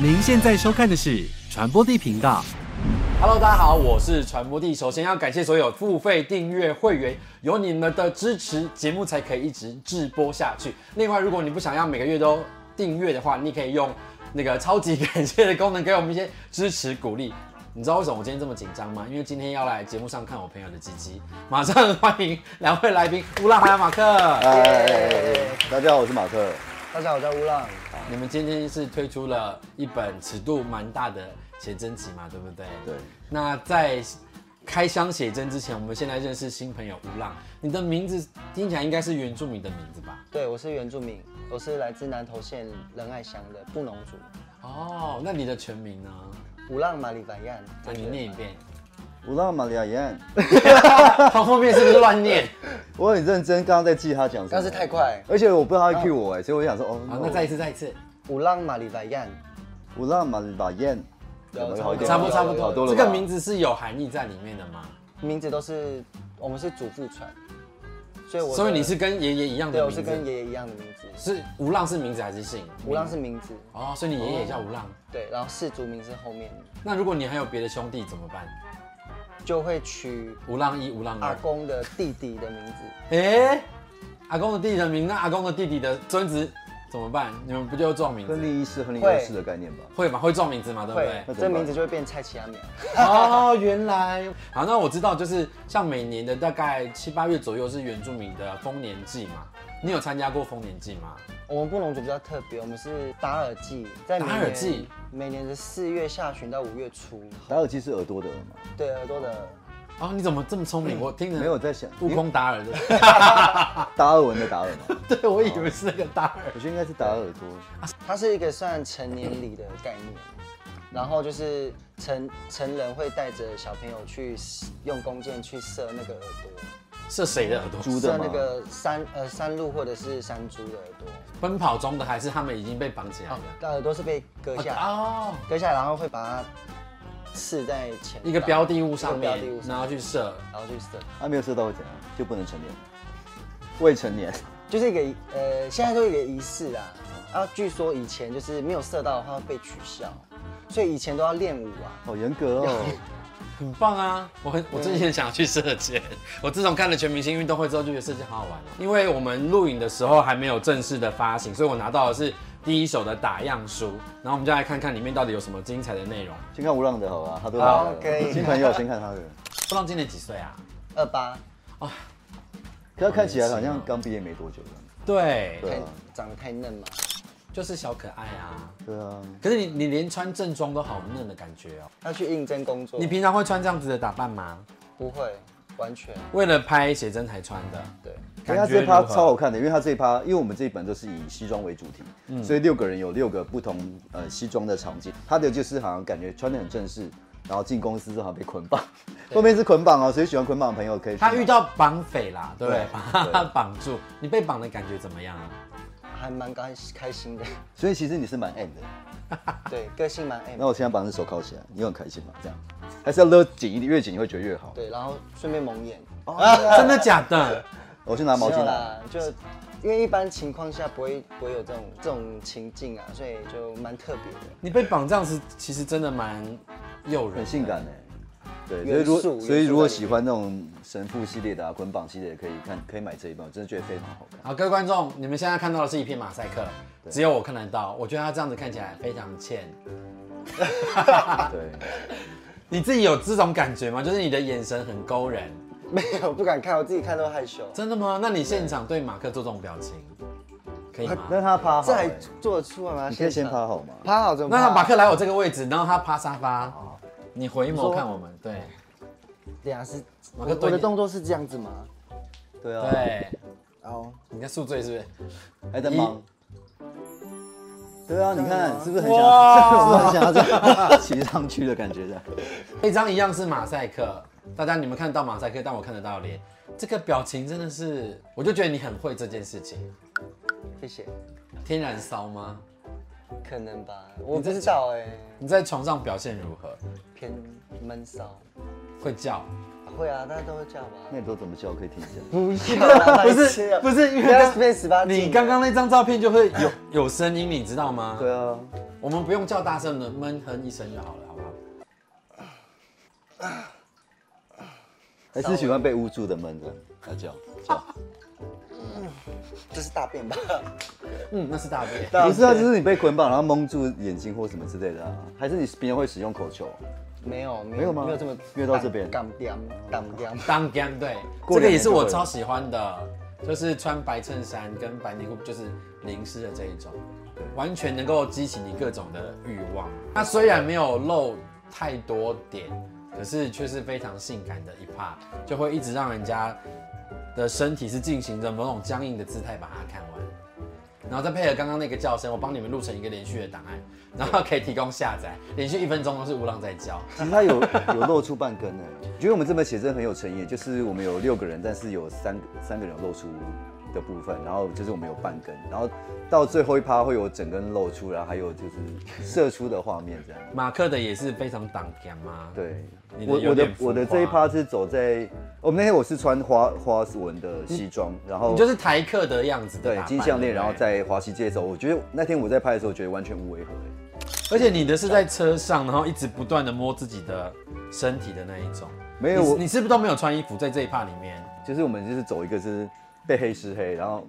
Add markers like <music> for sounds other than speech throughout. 您现在收看的是传播地频道。 Hello，大家好，我是传播帝。首先要感谢所有付费订阅会员，有你们的支持，节目才可以一直直播下去。另外，如果你不想要每个月都订阅的话，你可以用那个超级感谢的功能给我们一些支持鼓励。你知道为什么我今天这么紧张吗？因为今天要来节目上看我朋友的鸡鸡。马上欢迎 <laughs> 两位来宾乌拉还有马克。哎，大家好，我是马克。哎大家好，我叫乌浪。你们今天是推出了一本尺度蛮大的写真集嘛，对不对？对，那在开箱写真之前，我们先来认识新朋友吴浪。你的名字听起来应该是原住民的名字吧？对，我是原住民，我是来自南投县仁爱乡的布农族，哦，那你的全名呢？乌浪马里凡亚。啊那你念一遍，乌拉玛利亚言，从后面是不是乱 <laughs> 念？ <laughs> 我很认真，刚刚在记他讲什么。刚是太快而且我不知道他 Q 我哎，所以我想说哦，好，那再一次，再一次，乌浪马里凡亚，乌拉玛利亚言，有没有好一点差不多，有差不好多。多了这吧。个名字是有含义在里面的吗？名字都是我们是祖父传，所以我的所以你是跟爷爷一样对，的我名字？是跟爷爷一样的名字。是吴浪是名字还是姓？乌浪是名字，哦，所以你爷爷也叫吴浪。对，然后氏族名是后面那如果你还有别的兄弟怎么办？就会取吴浪一、吴浪阿二。公的弟弟的名字，哎、阿公的弟弟的名，那阿公的弟弟的孙子怎么办？你们不就撞名字亨利一世、亨利二世的概念吧。会吗？会撞名字吗？对不对会？那怎这么办名字就会变蔡奇阿米亚。哦，原来。好，那我知道，就是像每年的大概七八月左右是原住民的丰年祭嘛。你有参加过丰年祭吗？我们布农族比较特别，我们是达尔季，在每达尔年季每年的四月下旬到五月初，达尔基是耳朵的耳嘛？对耳朵的哦，你怎么这么聪明？嗯我听着没有在想悟空达尔的， <laughs> 达尔文的达尔嘛？对我以为哦是那个达尔。我觉得应该是达尔耳朵。它是一个算成年礼的概念，然后就是成成人会带着小朋友去用弓箭去射那个耳朵，是谁的耳朵？猪的射吗那？个山呃山鹿或者是山猪的耳朵，奔跑中的还是他们已经被绑起来了？那耳朵是被割下来，哦，割下来然后会把它刺在前一个标的物上一个标的面物，上面然后去射。然后去射，他啊没有射到会怎样？就不能成年？未成年？就是一个呃现在都有一个仪式啊，然后据说以前就是没有射到的话会被取笑，所以以前都要练舞啊。好严格哦。很棒啊！我很我之前想去射箭， <laughs> 我自从看了全明星运动会之后，就觉得射箭好好玩哦。因为我们录影的时候还没有正式的发行，所以我拿到的是第一手的打样书，然后我们就来看看里面到底有什么精彩的内容。先看无浪的好吧？他都好来了可以新朋友先看 <laughs> 他的，不知道今年几岁啊？二八，可他看起来好像刚毕业没多久这样。对，对太啊长得太嫩嘛。就是小可爱啊。对啊，可是你你连穿正装都好嫩的感觉哦。要去应征工作，你平常会穿这样子的打扮吗？不会完全为了拍写真才穿的，对，因为他感这觉一如趴超何？好看的，因为他这一趴，因为我们这一本都是以西装为主题，嗯所以六个人有六个不同呃西装的场景。他的就是好像感觉穿的很正式，然后进公司就好像被捆绑，后面是捆绑哦，所以喜欢捆绑的朋友可以去买。他遇到绑匪啦，对不对对？把他 <laughs> 绑住，你被绑的感觉怎么样啊？还蛮开开心的， <laughs> 所以其实你是蛮 M 的。对，个性蛮 M，那我现在把那手铐起来，你会很开心吗？这样还是要勒紧一点，越紧你会觉得越好。对，然后顺便蒙眼，哦真的假的？我去拿毛没巾有来。啦，就因为一般情况下不会不会有这种这种情境啊，所以就蛮特别的。你被绑这样子，其实真的蛮诱人的，很性感哎、对，所以元如素果元素所以如果在里面喜欢那种神父系列的啊，捆绑系列的，可以看可以买这一本，我真的觉得非常好看。好，各位观众，你们现在看到的是一匹马赛克，只有我看得到。我觉得他这样子看起来非常欠。对，你自己有这种感觉吗？就是你的眼神很勾人。 <laughs> 没有，不敢看，我自己看都害羞。真的吗？那你现场对马克做这种表情，可以吗？那他趴好、这还欸，做得出来吗？你可以先现场趴，好吗？趴好怎么趴？那马克来我这个位置，然后他趴沙发，你回眸看我们，对等下是马我克对我的你动作是这样子吗？对啊，对，哦，你在宿醉是还在忙。对啊，你看是不是很哇想，是不是很想要这 <laughs> 样骑上去的感觉？这样，不是？一张一样是马赛克，大家你们看得到马赛克，但我看得到脸。这个表情真的是，我就觉得你很会这件事情。谢谢，天然骚吗？可能吧，我不知道哎，你在床上表现如何？偏闷骚，会叫，会啊，大家都会叫吧？那你都怎么叫？我可以听一 <laughs> 下。不要，不是不是，因为啊不要刚 space 十八禁的你刚刚那张照片就会 <laughs> 有有声音，你知道吗？对啊，我们不用叫大声的，闷哼一声就好了，好不好？还是喜欢被捂住的闷的，他叫叫。这是大便吧？ <laughs> 嗯，那是大便。不是啊，就是你被捆绑，然后蒙住眼睛或什么之类的啊，还是你平常会使用口球？没有没没有吗没有这么越到这边干掉干掉。当干对，这过个两也年是我超喜欢的，就是穿白衬衫跟白内裤，就是淋湿的这一种，完全能够激起你各种的欲望。它虽然没有露太多点，可是却是非常性感的一趴，就会一直让人家的身体是进行着某种僵硬的姿态把它看完。然后再配合刚刚那个叫声，我帮你们录成一个连续的档案，然后可以提供下载，连续一分钟都是吴浪在叫。其实他有有露出半根呢。觉得我们这本写真很有诚意，就是我们有六个人，但是有三个三个人有露出的部分，然后就是我们有半根，然后到最后一趴会有整根露出，然后还有就是射出的画面这样。马克的也是非常挡干嘛，对你，的我有我的点浮我的夸这一趴是走在，哦我们那天我是穿花花纹的西装，然后你就是台客的样子的打对扮金项对不对链，然后在华西街走。我觉得那天我在拍的时候，觉得完全无违和欸。而且你的是在车上，然后一直不断的摸自己的身体的那一种。没有你我你是不是都没有穿衣服在这一趴里面？就是我们就是走一个就是被黑吃黑，然后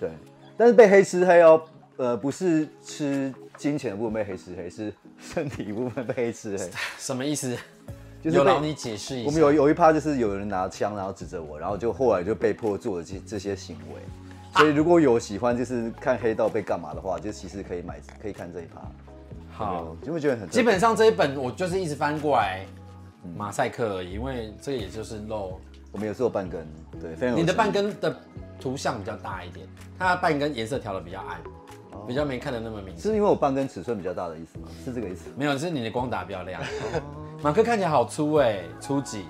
对，但是被黑吃黑哦，呃，不是吃金钱的部分被黑吃黑，是身体部分被黑吃黑。什么意思？就是有被劳你解释一我们下。有有一趴就是有人拿枪然后指着我，然后就后来就被迫做了这这些行为。所以如果有喜欢就是看黑道被干嘛的话，就其实可以买可以看这一趴。好，，你会觉得很基本上这一本我就是一直翻过来嗯马赛克而已，因为这也就是露我们有时候半根，对，非常有你的半诚意根的图像比较大一点，它的半根颜色调的比较暗，比较没看的那么明显。哦是因为我半根尺寸比较大的意思吗？是这个意思吗？没有，是你的光打比较 <laughs> 亮。马克看起来好粗哎、粗几？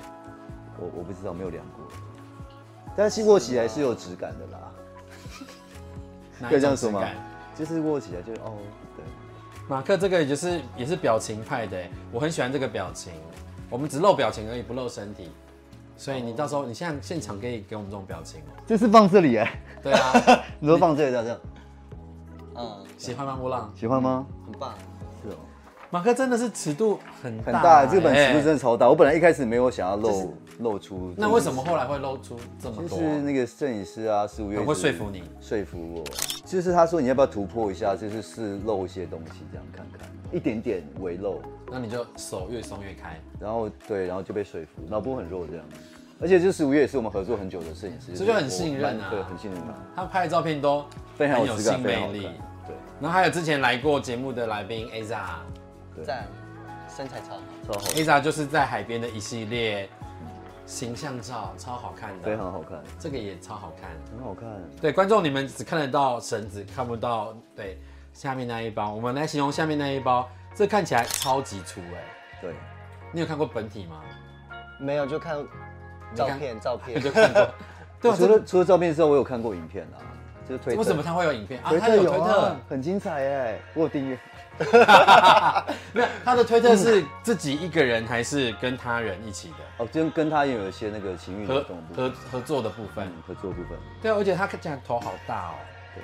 我我不知道，没有量过。但是握起来是有质感的啦，哪一可以这种样说质吗感？就是握起来就是哦，对，马克这个也就是也是表情派的欸，我很喜欢这个表情。我们只露表情而已，不露身体。所以你到时候你现在现场可以给我们这种表情哦。就是放这里哎、对啊， <laughs> 你说放这里这样这样，嗯，喜欢吗？波浪，喜欢吗？很棒。嗯是哦，马克真的是尺度很大很大，欸这本尺度真欸的超大。我本来一开始没有想要露露出，那为什么后来会露出这么就多？啊是那个摄影师啊，是五月很会说服你，说服我。就是他说你要不要突破一下，就是是露一些东西这样看看，一点点微露，那你就手越松越开，然后对，然后就被说服，脑波很弱这样。而且就是五月也是我们合作很久的摄影师，这就很信任啊对，很信任他。他拍的照片都非常很有质性感，非常魅好力看。。对，然后还有之前来过节目的来宾 Aza。对赞，身材超好。超好， Aza 就是在海边的一系列形象照，超好看的，非常好看，这个也超好看。很好看。对，观众你们只看得到绳子，看不到对下面那一包。我们来形容下面那一包，这看起来超级粗哎、对，你有看过本体 <laughs> 吗？没有就看照片，照 <laughs> 片就看过。对啊，除这了除了照片之后，我有看过影片啊，就是推特。为什么它会有影片啊？推它特有推有特啊，，很精彩哎，我有订阅。 <laughs> 没有？它的推特是自己一个人还是跟他人一起的 <laughs> 哦，跟跟他也有一些那个情欲活合动的部分，合合作的部分？嗯合作部分。对啊，而且他看起来头好大哦，对，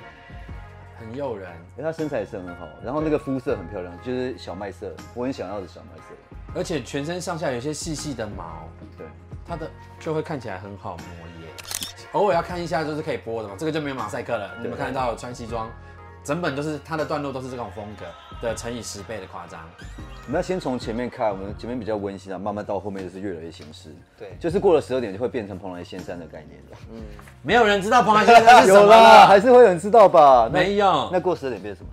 很诱人。哎，他身材也是很好，然后那个肤色很漂亮，就是小麦色，我很想要的小麦色。而且全身上下有一些细细的毛，对，它的就会看起来很好磨耶。偶尔要看一下，就是可以播的嘛。这个就没有马赛克了，你们看得到有穿西装，整本就是它的段落都是这种风格的乘以十倍的夸张。我们要先从前面看，我们前面比较温馨啊，慢慢到后面就是越来越形式。对就是过了十二点就会变成蓬莱仙山的概念了。没有人知道蓬莱先生是什么 <laughs> 有啦，了，还是会有人知道吧？那没有那过十二点变什么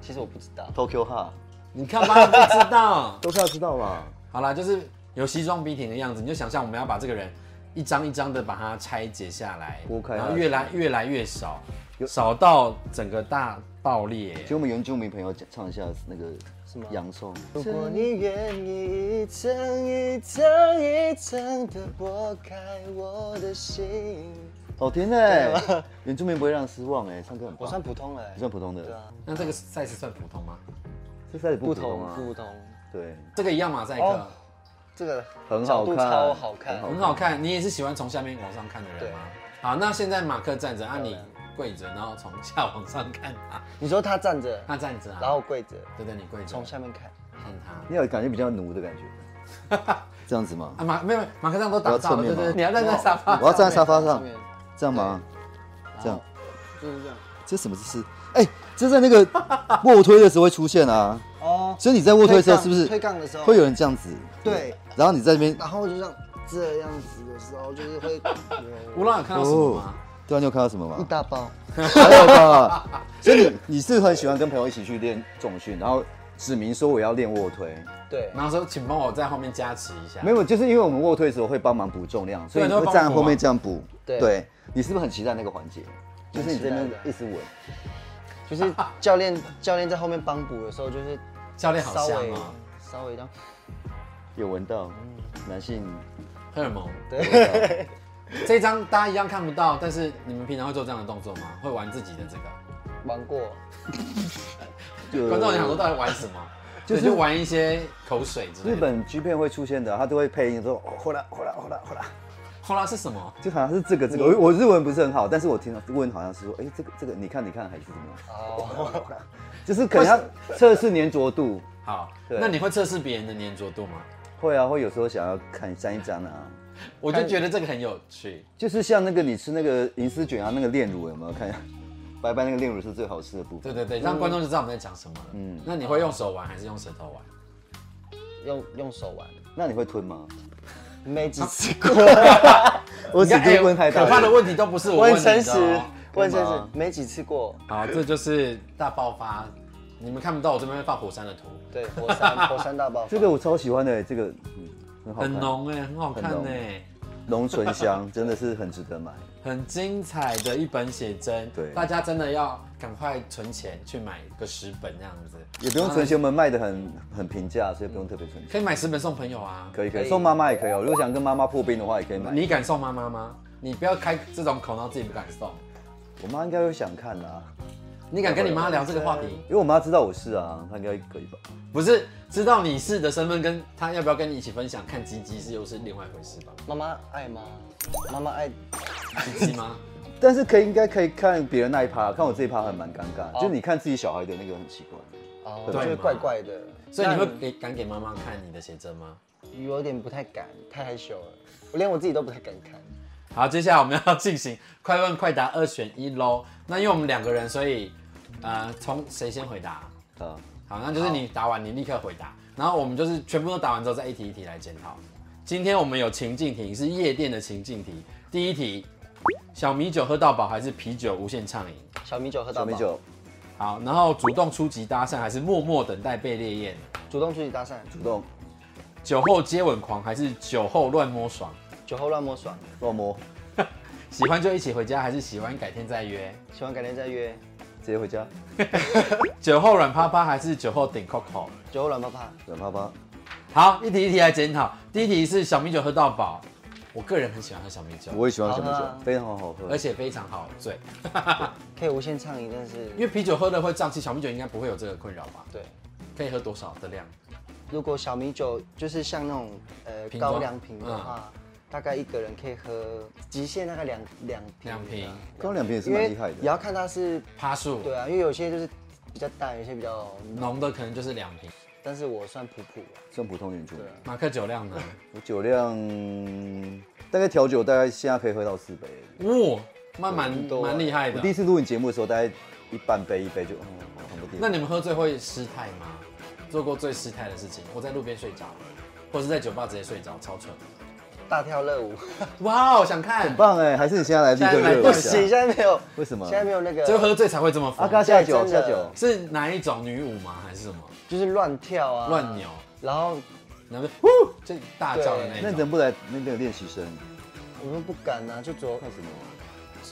其实我不知道。 ？Tokyo Ha。你看吧，你不知道。 <laughs> 都是要知道嘛。好啦，就是有西装笔挺的样子，你就想象我们要把这个人一张一张的把它拆解下来，拨开然后它越来越来越少，有少到整个大爆裂。请我们原住民朋友讲唱一下那个什么洋葱，如果你愿意一层一层一层的剥开我的心，好听哎！哦原住民不会让人失望哎，唱歌很我算棒。普通了、欸，你算普通对的，啊，那这个 size 算普通吗？这赛不不普通同啊。不同，对，这个一样马赛克，哦这个很角好度看超好看很。很好看。你也是喜欢从下面往上看的人吗？好，那现在马克站着，啊你跪着，然后从下 <laughs> 往上看他，你说他站着，他站着啊，然后跪着，对对，你跪着，从下面看，看他。你有感觉比较奴的感觉， <laughs> 这样子吗啊？马没有没有马克上都打造了，对对，你要站在沙发我要站在沙发上上面，这样吗？这样，就是这样。这什么姿势？哎，这在那 <laughs> 个卧推的时候会出现啊。哦，所以你在卧推的时候推杠是不是推杠的时候会有人这样子？对。然后你在那边然后就像这样子的时候，就是会吴浪有看到什么吗？对啊，你有看到什么一吗？大包。 <laughs> 还有吧。所以你你是很喜欢跟朋友一起去练重训，然后指明说我要练卧推。对，然后说请帮我在后面加持一下。没有，就是因为我们卧推的时候会帮忙补重量，所以你对啊会都会站在帮后我面们这样补。对你是不是很期待那个环节？就是你这边一直稳，就是教练教练在后面帮补的时候，就是教练好稍香微哦，稍微这样。有闻到嗯男性荷尔蒙。对，这一张大家一样看不到，但是你们平常会做这样的动作吗？会玩自己的这个？玩过。就观众很想说到底玩什么？呃就就是是玩一些口水之类的。日本 G 片会出现的，他都会配音说“呼啦呼啦呼啦呼啦后来是什么”，？就好像是这个这个。我我日文不是很好，但是我听到问好像是说，哎、这个这个，你看你看还是怎么样？哦，就是可能要测试粘着度，好，对那你会测试别人的粘着度吗？会啊，会有时候想要看粘一粘啊。我就觉得这个很有趣。就是像那个你吃那个银丝卷啊，那个炼乳有没有看一下？白白那个炼乳是最好吃的部分。对对对，让观众就知道我们在讲什么了。嗯，那你会用手玩还是用舌头玩？用用手玩，那你会吞吗？没几次。 <laughs> 我只你看是问太大了。可怕的问题都不是我问你诚的实哦。，问诚干实嘛，没几次过。好，这就是大爆发。你们看不到我这边会放火山的图，对，火 <laughs> 山火山大爆发。这个我超喜欢的，这个嗯很好看很，浓哎，很好看很浓哎。浓醇香真的是很值得 <laughs> 买。很精彩的一本写真，对大家真的要赶快存钱去买个十本这样子，也不用存钱，我们卖的很很平价，所以不用特别存钱。可以买十本送朋友啊。可以可可以，以送妈妈也可以哦。如果想跟妈妈破冰的话，也可以买。你敢送妈妈吗？你不要开这种口，然后自己不敢送。我妈应该会想看啦，你敢跟你妈聊这个话题？因为我妈知道我是啊，她应该可以吧？不是知道你是的身份，跟她要不要跟你一起分享看鸡鸡是又是另外一回事吧？妈妈爱吗？妈妈爱，鸡鸡吗？但是可以应该可以看别人那一趴，看我这一趴还蛮尴尬。哦就你看自己小孩的那个很奇怪，哦，对就会嘛怪怪的。所以你那会给敢给妈妈看你的写真吗？有点不太敢，太害羞了，我连我自己都不太敢看。好，接下来我们要进行快问快答二选一喽。那因为我们两个人，所以呃，从谁先回答？啊，好，那就是你答完你立刻回答，然后我们就是全部都答完之后再一题一题来检讨。今天我们有情境题，是夜店的情境题。第一题，小米酒喝到饱还是啤酒无限畅饮？小米酒喝到小饱米，酒好，然后主动出击搭讪还是默默等待被烈焰？主动出去搭讪，主动酒后接吻狂还是酒后乱摸爽？酒后乱摸爽，乱摸，喜欢就一起回家，还是喜欢改天再约？喜欢改天再约。直接回家，酒后软趴趴还是酒后顶 Coco？酒后软趴趴，软趴趴。好，一题一题来检讨。第一题是小米酒喝到饱，我个人很喜欢喝小米酒，我也喜欢小米好喝酒啊，非常好喝而。且非常好醉。可以无限畅饮，但是因为啤酒喝了会胀气，小米酒应该不会有这个困扰吧？对，可以喝多少的量？如果小米酒就是像那种呃瓶装高粱瓶的话，嗯大概一个人可以喝极限大概两两瓶两瓶啊高粱瓶也是因蛮为厉害也的，要看它是趴数对啊，因为有些就是比较淡，有些比较浓，浓的可能就是两瓶。但是我算普普啊，算普通女主。马克酒量呢？我酒量大概调酒，大概现在可以喝到四杯。哇、那蛮嗯蛮厉害我第一的。次录你节目的时候，大概一半杯一杯就，嗯，我很不地。那你们喝醉会失态吗？做过最失态的事情，我在路边睡着，或是在酒吧直接睡着，超蠢。大跳 <laughs> 热舞。哇哦，想看很，棒哎，还是你现在来立刻 <laughs> 热不一行，现下？在没有，为什么现在没有那个，啊就喝醉才会这么阿疯。嘎下酒真下的酒，是哪一种女舞吗？还是什么就是乱跳啊，乱扭，？然后然后就呼就大叫的那那你种。怎么不来那个练习生？我们不敢啊，就只有为什么？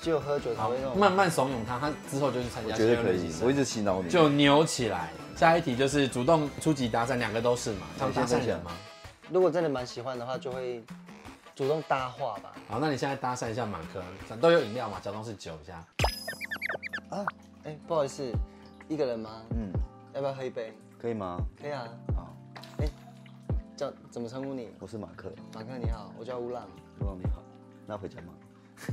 只有喝酒才好会那，种。慢慢怂恿他，他之后就去参我加觉新得人可练以习，生我一直洗脑你。就扭起来。下一题就是主动出击搭讪，两个都是嘛？他们搭先讪分享人吗？如果真的蛮喜欢的话，就会主动搭话吧。好，那你现在搭讪一下马克，都有饮料嘛？假装是酒一下。啊，哎、不好意思，一个人吗？嗯，要不要喝一杯？可以吗？可以啊。好，哎、叫怎么称呼你？我是马克，马克你好，我叫乌 <laughs> 浪。我让你好，那回 <laughs> 家吗？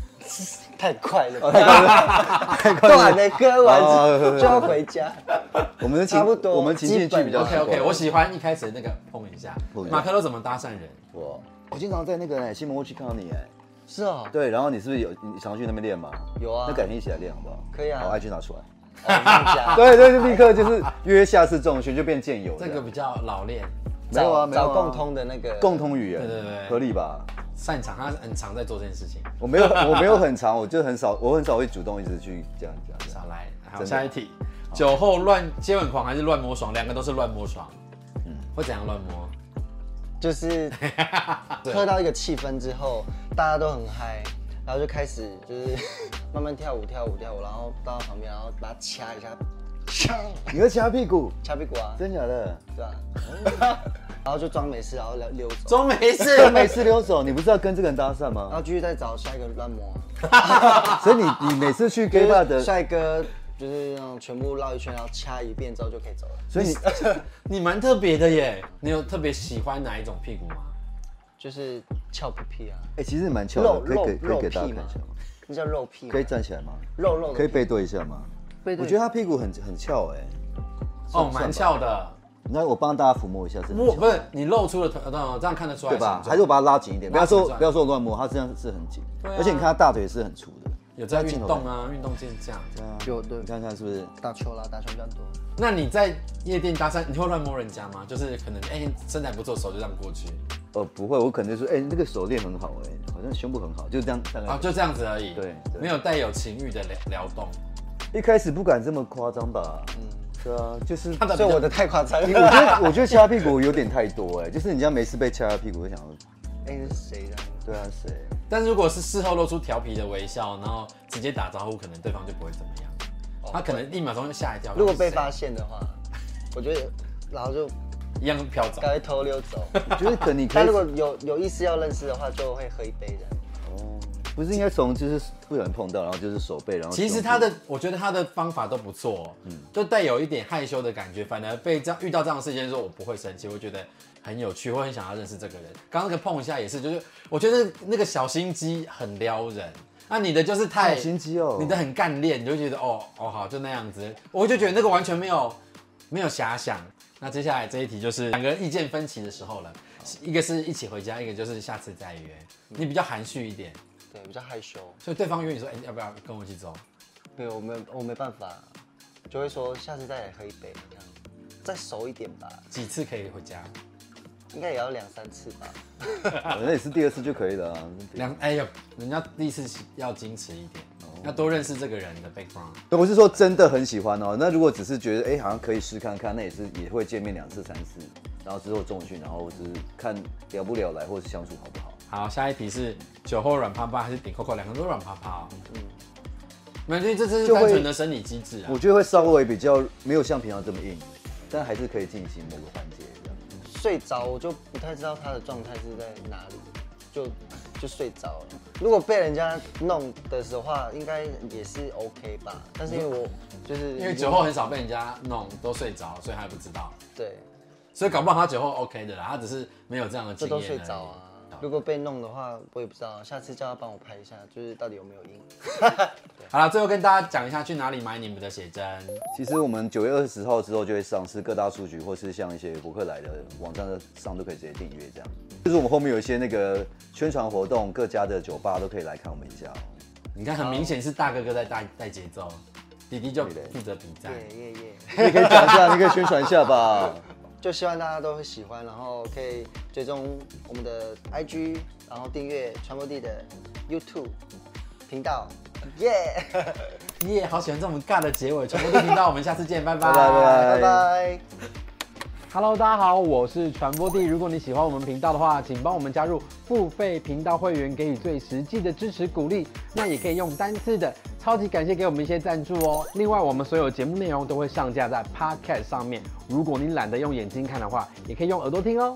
太快了吧，都还没割哦完就要回家。我们的情差不多我们情境剧比较基 OK 本 OK，我喜欢一开始的那个碰一下碰一。下马克都怎么搭讪人？我我经常在那个哎西门屋区看到你哎，是哦，对，然后你是不是有你常去那边练吗？有啊那改天一起来练好不好？可以啊好，IG 拿出来。我啊跟你讲对对，就立刻就是约下次中选就变见友。这个比较老练， <laughs> 没有啊，找没有啊找共通的那个共通语言，对对对合理吧？擅长，他很常在做这件事情。我没有，我没有很长， <laughs> 我就很少，我很少会主动一直去这样讲。这样少来，好，真的下一题。酒后乱接吻狂还是乱摸爽？两个都是乱摸爽。嗯，会怎样乱摸？ <laughs> 就是 <laughs> 喝到一个气氛之后，大家都很嗨，然后就开始就是 <laughs> 慢慢跳舞跳舞跳舞，然后到旁边，然后把它掐一下，你会掐屁股？掐屁股啊，真假的？对吧？ <laughs> 然后就装没事，然后溜溜走，都没事，每次溜走，你不是要跟这个人搭讪然 <laughs> 吗？后继续再找下一个乱摸。所以你你每次去 gay <laughs> bar 的，帅哥就是那种全部绕一圈，然后掐一遍之后就可以走了。<laughs> 所以你你蛮特别的耶。你有特别喜欢哪一种屁股吗？就是翘屁屁啊，哎，其实你蛮巧肉的，可以肉给可肉以给大家屁看嘛一下吗？，那叫肉屁嘛，啊可以站起来吗？肉肉的可以背对一下吗？背对我觉得他屁股很很翘哎，哦，蛮翘的。那我帮大家抚摸一下，真的摸翘。不是你露出了腿，呃这样看得出来对吧？形状还是我把它拉紧一点，不要拉紧说转不要说我乱摸，它这样是很紧，对啊而且你看它大腿是很粗的。有在运动啊，运动就是这样。对啊有对你看看是不是？打球啦，打球比较多。那你在夜店搭讪，你会乱摸人家吗？就是可能哎、身材不错，手就这样过去呃，不会，我可能说，哎、那个手链很好、哎，好像胸部很好，就这样大概。啊，就这样子而已。对对没有带有情欲的撩撩动。一开始不敢这么夸张吧？嗯，对啊，就是。他的所以比较我的太夸张我了。觉得我觉得掐屁股有点太多哎、就是人家没事被掐屁股，就想要，哎、是谁的？对啊，谁？但是如果是事后露出调皮的微笑，然后直接打招呼，可能对方就不会怎么样。他可能立马钟就吓一跳。哦如果被谁发现的话，我觉得然后就一样飘走赶，快偷溜 <laughs> 走。我觉得可能你可但以如，果有有意思要认识的话，就会喝一杯的。不是应该从就是不小心碰到，然后就是手背，然后其实胸部他的我觉得他的方法都不错、嗯，就带有一点害羞的感觉，反而被这样遇到这样的事情，说我不会生气，我觉得很有趣，会很想要认识这个人。刚刚那个碰一下也是，就是我觉得那个小心机很撩人。那你的就是太小心机哦你的很干练，你就觉得哦哦好就那样子，我就觉得那个完全没有没有遐想。那接下来这一题就是两个人意见分歧的时候了，一个是一起回家，一个就是下次再约。你比较含蓄一点，对，比较害羞。所以对方约你说，哎、要不要跟我一起走？没有，我没我没办法，就会说下次再来喝一杯，这样再熟一点吧，几次可以回家？应该也要两三次吧。反正也是第二次就可以了、啊。两哎呦，人家第一次要矜持一点，要多认识这个人的 background。我是说真的很喜欢哦。那如果只是觉得哎、好像可以试看看，那也是也会见面两次三次，然后之后中训，然后只是看聊不聊来，或是相处好不好。好，下一题是酒后软趴趴还是顶扣扣？两个都软趴趴哦。嗯，没有，这这是就会单纯的生理机制啊我。觉得会稍微比较没有像平常这么硬，但还是可以进行某个环节这样。睡着我就不太知道他的状态是在哪里，就就睡着了。如果被人家弄的时候话，应该也是 OK 吧。但是因为我就是因为酒后很少被人家弄都睡着，所以他还不知道，对，所以搞不好他酒后 OK 的啦，他只是没有这样的这经验都而已。睡着啊。如果被弄的话，我也不知道，下次叫他帮我拍一下，就是到底有没有音。好了，最后跟大家讲一下去哪里买你们的写真。其实我们九月二十号之后就会上市各大数据，或是像一些博客来的网站上都可以直接订阅这样。就是我们后面有一些那个宣传活动，各家的酒吧都可以来看我们一下哦。你看，很明显是大哥哥在带带节奏，弟弟就对的负责比赛。耶耶耶！ <laughs> 你可以讲一下，你可以宣传一下吧。就希望大家都会喜欢，然后可以追踪我们的 IG，然后订阅传播地的 YouTube 频道，耶、耶、好喜欢这种尬的结尾，全部都听到，我们下次见，拜拜，拜拜拜拜拜拜。 Hello，大家好，我是传播帝。如果你喜欢我们频道的话，请帮我们加入付费频道会员，给予最实际的支持鼓励。那也可以用单次的，超级感谢给我们一些赞助哦。另外，我们所有节目内容都会上架在 Podcast 上面，如果你懒得用眼睛看的话，也可以用耳朵听哦。